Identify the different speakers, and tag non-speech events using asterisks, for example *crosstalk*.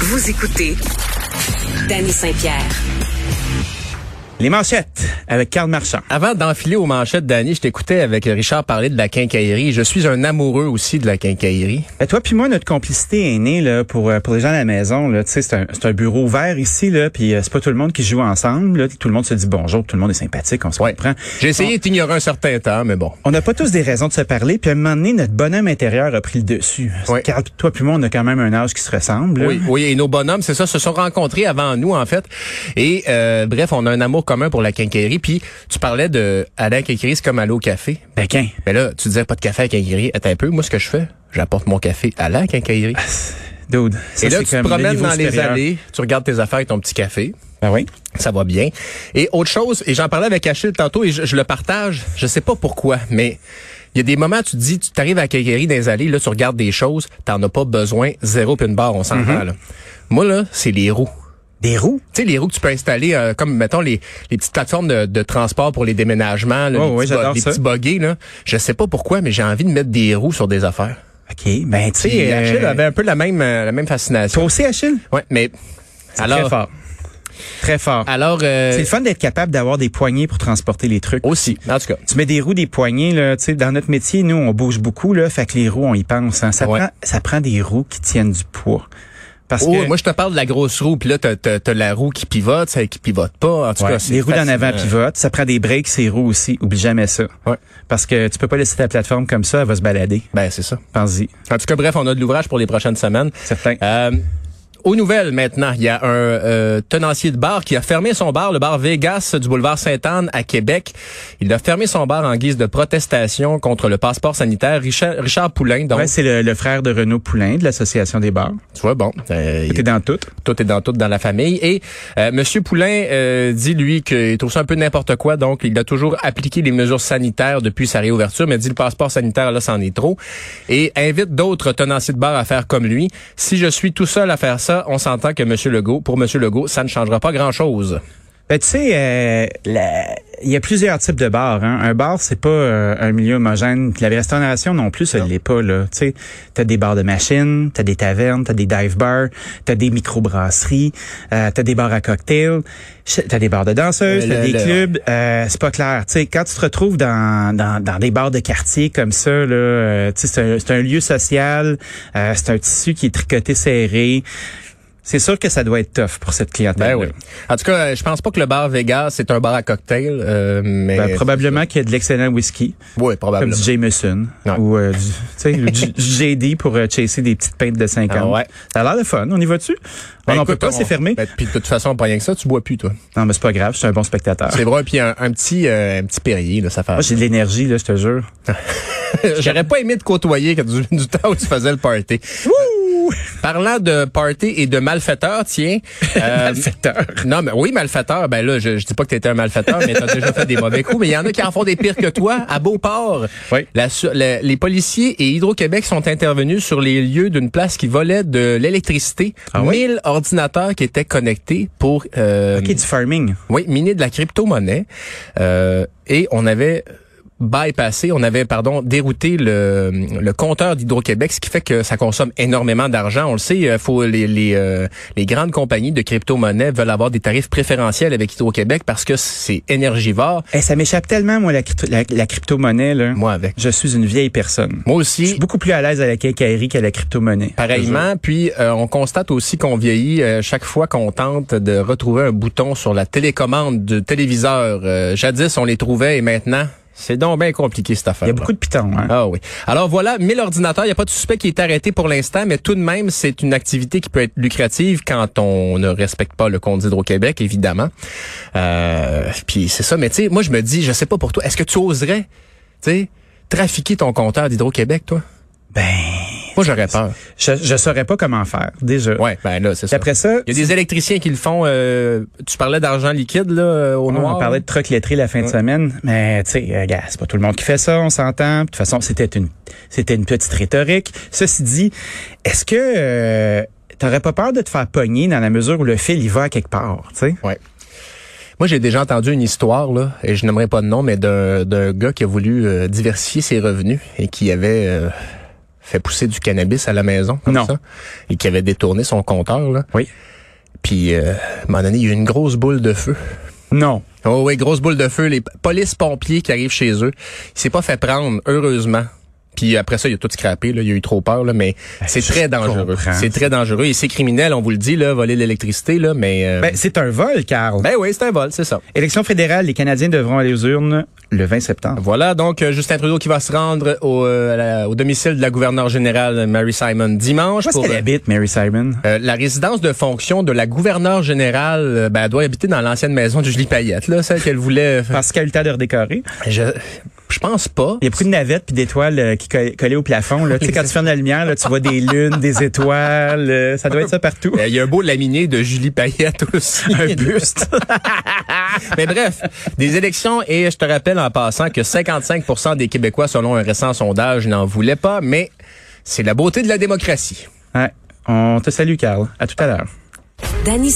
Speaker 1: Vous écoutez Danny Saint-Pierre.
Speaker 2: Les manchettes avec Karl Marchand.
Speaker 3: Avant d'enfiler aux manchettes, Danny, je t'écoutais avec Richard parler de la quincaillerie. Je suis un amoureux aussi de la quincaillerie.
Speaker 2: Ben, toi puis moi, notre complicité est née là, pour, euh, pour les gens à la maison. Là, Tu sais, c'est, un, c'est un bureau ouvert ici, là, puis euh, c'est pas tout le monde qui joue ensemble. Là. Tout le monde se dit bonjour, tout le monde est sympathique, on se
Speaker 3: Ouais.
Speaker 2: comprend.
Speaker 3: J'ai
Speaker 2: Ah.
Speaker 3: essayé d'ignorer un certain temps, mais bon.
Speaker 2: On n'a pas tous des raisons de se parler, puis à un moment donné, notre bonhomme intérieur a pris le dessus.
Speaker 3: Ouais.
Speaker 2: Karl, toi puis moi, on a quand même un âge qui se ressemble. là.
Speaker 3: Oui, oui, et nos bonhommes, c'est ça, se sont rencontrés avant nous, en fait. Et euh, bref, on a un amour commun pour la quincaillerie. Puis tu parlais de à la quincaillerie, c'est comme aller au café.
Speaker 2: Ben, qu'un.
Speaker 3: Mais là, tu disais pas de café à la quincaillerie. Attends un peu, moi ce que je fais, j'apporte mon café à la quincaillerie.
Speaker 2: Dude, Ah, ça,
Speaker 3: et là,
Speaker 2: c'est
Speaker 3: tu te
Speaker 2: comme le
Speaker 3: promènes
Speaker 2: niveau
Speaker 3: dans les
Speaker 2: supérieur.
Speaker 3: allées, tu regardes tes affaires avec ton petit café.
Speaker 2: Ben oui.
Speaker 3: Ça va bien. Et autre chose, et j'en parlais avec Achille tantôt et je, je le partage, je sais pas pourquoi, mais il y a des moments tu te dis, tu t'arrives à la quincaillerie dans les allées, là tu regardes des choses, t'en as pas besoin, zéro puis une barre, on s'entend là. Moi là, c'est les roues.
Speaker 2: Des roues.
Speaker 3: Tu sais, les roues que tu peux installer, euh, comme, mettons, les, les petites plateformes de, de transport pour les déménagements, là,
Speaker 2: Ouais,
Speaker 3: les,
Speaker 2: ouais,
Speaker 3: petits bo-
Speaker 2: j'adore
Speaker 3: les
Speaker 2: ça.
Speaker 3: petits buggés, là. Je sais pas pourquoi, mais j'ai envie de mettre des roues sur des affaires.
Speaker 2: OK, ben tu
Speaker 3: Tu sais,
Speaker 2: sais... euh,
Speaker 3: Achille avait un peu la même, euh, la même
Speaker 2: Toi
Speaker 3: fascination.
Speaker 2: aussi, Achille?
Speaker 3: Ouais, mais, alors,
Speaker 2: Très fort. Très fort.
Speaker 3: alors, euh,
Speaker 2: C'est le fun d'être capable d'avoir des poignées pour transporter les trucs.
Speaker 3: aussi, en tout cas.
Speaker 2: Tu mets des roues, des poignées, là, tu sais, dans notre métier, nous, on bouge beaucoup, là, fait que les roues, on y pense. hein. Ça,
Speaker 3: Ouais.
Speaker 2: prend, ça prend des roues qui tiennent du poids. Parce
Speaker 3: Oh,
Speaker 2: que
Speaker 3: moi je te parle de la grosse roue, puis là t'as, t'as, t'as la roue qui pivote, celle qui pivote pas. En tout
Speaker 2: ouais,
Speaker 3: cas, c'est
Speaker 2: les roues d'en
Speaker 3: fascinant.
Speaker 2: avant pivotent, ça prend des breaks, ces roues aussi. Oublie jamais ça.
Speaker 3: Ouais.
Speaker 2: Parce que tu peux pas laisser ta plateforme comme ça, elle va se balader.
Speaker 3: Ben c'est ça.
Speaker 2: Pense-y.
Speaker 3: En tout cas, bref, on a de l'ouvrage pour les prochaines semaines.
Speaker 2: Certain.
Speaker 3: Euh, aux nouvelles maintenant, il y a un euh, tenancier de bar qui a fermé son bar, le bar Vegas du boulevard Sainte-Anne à Québec. Il a fermé son bar en guise de protestation contre le passeport sanitaire. Richard, Richard Poulain, donc,
Speaker 2: Ouais, c'est le, le frère de Renaud Poulain de l'Association des bars.
Speaker 3: tu vois, bon, euh, il-
Speaker 2: T'es dans tout.
Speaker 3: tout est dans tout dans la famille. Et euh, Monsieur Poulain euh, dit lui qu'il trouve ça un peu n'importe quoi, donc il a toujours appliqué les mesures sanitaires depuis sa réouverture, mais dit le passeport sanitaire là c'en est trop. Et invite d'autres tenanciers de bar à faire comme lui. Si je suis tout seul à faire ça, on s'entend que Monsieur Legault, pour Monsieur Legault, ça ne changera pas grand chose.
Speaker 2: Ben, tu sais, euh, la- il y a plusieurs types de bars. Hein. Un bar, c'est pas euh, un milieu homogène. Puis la restauration non plus, ça l'est pas. là. Tu sais, t'as des bars de machines, t'as des tavernes, t'as des dive bars, t'as des microbrasseries, euh, t'as des bars à cocktails, ch- t'as des bars de danseuses,
Speaker 3: Le-
Speaker 2: t'as des
Speaker 3: le-
Speaker 2: clubs. Euh, c'est pas clair. Tu sais, quand tu te retrouves dans, dans, dans des bars de quartier comme ça, là, euh, tu sais, c'est un, c'est un lieu social, euh, c'est un tissu qui est tricoté serré. C'est sûr que ça doit être tough pour cette clientèle.
Speaker 3: Ben oui. En tout cas, euh, je pense pas que le bar Vegas c'est un bar à cocktail, euh, mais
Speaker 2: Ben, probablement qu'il y a de l'excellent whisky,
Speaker 3: Oui,
Speaker 2: comme
Speaker 3: probablement.
Speaker 2: du Jameson
Speaker 3: Ouais.
Speaker 2: ou euh, du, tu sais, le G-
Speaker 3: *laughs*
Speaker 2: JD pour euh, chasser des petites pintes de 50.
Speaker 3: Ah ouais.
Speaker 2: Ça a l'air de fun. On y va dessus?
Speaker 3: Ben,
Speaker 2: on n'en peut
Speaker 3: écoute,
Speaker 2: pas, c'est
Speaker 3: on-
Speaker 2: fermé.
Speaker 3: Ben, puis de toute façon, pas rien que ça, tu bois plus toi.
Speaker 2: Non, mais c'est pas grave, je suis un bon spectateur.
Speaker 3: C'est vrai, puis un, un petit euh, un petit Perrier là, ça fait.
Speaker 2: Moi, j'ai de l'énergie, là, je te jure.
Speaker 3: *laughs* J'aurais pas aimé te côtoyer que du, du temps où tu faisais le party. Euh, Parlant de party et de malfaiteurs,
Speaker 2: *laughs*
Speaker 3: tiens. euh,
Speaker 2: Malfaiteur.
Speaker 3: non, mais oui, malfaiteur. Ben là, je, je dis pas que t'étais un malfaiteur, mais t'as déjà fait des mauvais coups. Mais il y en a qui en font des pires que toi. À Beauport,
Speaker 2: Oui.
Speaker 3: la su- la- les policiers et Hydro-Québec sont intervenus sur les lieux d'une place qui volait de l'électricité.
Speaker 2: Ah oui?
Speaker 3: 1000 ordinateurs qui étaient connectés pour... euh,
Speaker 2: OK, du farming.
Speaker 3: oui, miner de la crypto-monnaie. Euh, et on avait bypassé, on avait, pardon, dérouté le, le compteur d'Hydro-Québec, ce qui fait que ça consomme énormément d'argent. On le sait, euh, faut les, les, euh, les grandes compagnies de crypto-monnaie veulent avoir des tarifs préférentiels avec Hydro-Québec parce que c'est énergivore.
Speaker 2: Eh, ça m'échappe tellement, moi, la, crypto- la- la crypto-monnaie, là.
Speaker 3: Moi avec.
Speaker 2: Je suis une vieille personne.
Speaker 3: Moi
Speaker 2: Je suis
Speaker 3: aussi.
Speaker 2: beaucoup plus à l'aise à la quincaillerie qu'à la crypto-monnaie.
Speaker 3: Pareillement, puis euh, on constate aussi qu'on vieillit euh, chaque fois qu'on tente de retrouver un bouton sur la télécommande du téléviseur. Euh, jadis, on les trouvait et maintenant, c'est donc bien compliqué cette affaire.
Speaker 2: Il y a beaucoup de pitons, hein.
Speaker 3: Ah oui. Alors voilà, 1000 ordinateurs. Il n'y a pas de suspect qui est arrêté pour l'instant, mais tout de même, c'est une activité qui peut être lucrative quand on ne respecte pas le compte d'Hydro-Québec, évidemment. Euh, puis c'est ça. Mais tu sais, moi, je me dis, je sais pas pour toi, est-ce que tu oserais, tu sais, trafiquer ton compteur d'Hydro-Québec, toi? Ben... Moi, j'aurais peur.
Speaker 2: Je, je saurais pas comment faire, déjà.
Speaker 3: Ouais, ben là, c'est
Speaker 2: Puis
Speaker 3: ça.
Speaker 2: après ça,
Speaker 3: Il y a des électriciens qui le font. euh, tu parlais d'argent liquide, là, euh, au
Speaker 2: Ouais,
Speaker 3: noir.
Speaker 2: On parlait de truck lettré la fin de semaine, mais tu sais, euh, gars, c'est pas tout le monde qui fait ça, on s'entend. De toute façon, c'était une c'était une petite rhétorique. Ceci dit, est-ce que euh, t'aurais pas peur de te faire pogner dans la mesure où le fil il va à quelque part, tu sais?
Speaker 3: Ouais. Moi, j'ai déjà entendu une histoire, là, et je n'aimerais pas de nom, mais d'un d'un gars qui a voulu euh, diversifier ses revenus et qui avait euh, fait pousser du cannabis à la maison, comme
Speaker 2: Non.
Speaker 3: ça, et qui avait détourné son compteur, là.
Speaker 2: Oui.
Speaker 3: Puis, euh, à un moment donné, il y a eu une grosse boule de feu.
Speaker 2: Non.
Speaker 3: Oh oui, grosse boule de feu. Les polices-pompiers qui arrivent chez eux. Il s'est pas fait prendre, heureusement. Puis après ça, il a tout scrappé, là. il a eu trop peur, là, mais c'est
Speaker 2: je
Speaker 3: très dangereux.
Speaker 2: comprends.
Speaker 3: C'est très dangereux. Et c'est criminel, on vous le dit, là, voler de l'électricité, là, mais... euh,
Speaker 2: Ben, c'est un vol, Carl.
Speaker 3: ben oui, c'est un vol, c'est ça.
Speaker 2: Élection fédérale, les Canadiens devront aller aux urnes le 20 septembre.
Speaker 3: Voilà, donc euh, Justin Trudeau qui va se rendre au, euh, à la- au domicile de la gouverneure générale Mary Simon dimanche
Speaker 2: Je sais
Speaker 3: pour
Speaker 2: qu'elle
Speaker 3: euh,
Speaker 2: habite, Mary Simon.
Speaker 3: euh, la résidence de fonction de la gouverneure générale. euh, Ben, elle doit habiter dans l'ancienne maison de Julie Payette, là, celle qu'elle voulait.
Speaker 2: Parce qu'elle a eu le temps de redécorer.
Speaker 3: Je, je pense pas.
Speaker 2: Il y a beaucoup de navettes puis d'étoiles euh, qui co- collaient au plafond. Là. Tu sais, quand tu fermes la lumière, là, tu vois
Speaker 3: *laughs*
Speaker 2: des lunes, des étoiles. euh, ça doit être ça partout.
Speaker 3: Euh, Il y a un beau laminé de Julie Payette aussi.
Speaker 2: *laughs* Un buste.
Speaker 3: *laughs* Mais bref, des élections et je te rappelle en passant que 55 des Québécois, selon un récent sondage, n'en voulaient pas, mais c'est la beauté de la démocratie.
Speaker 2: Ouais. On te salue, Carl. À tout à l'heure.
Speaker 1: Danny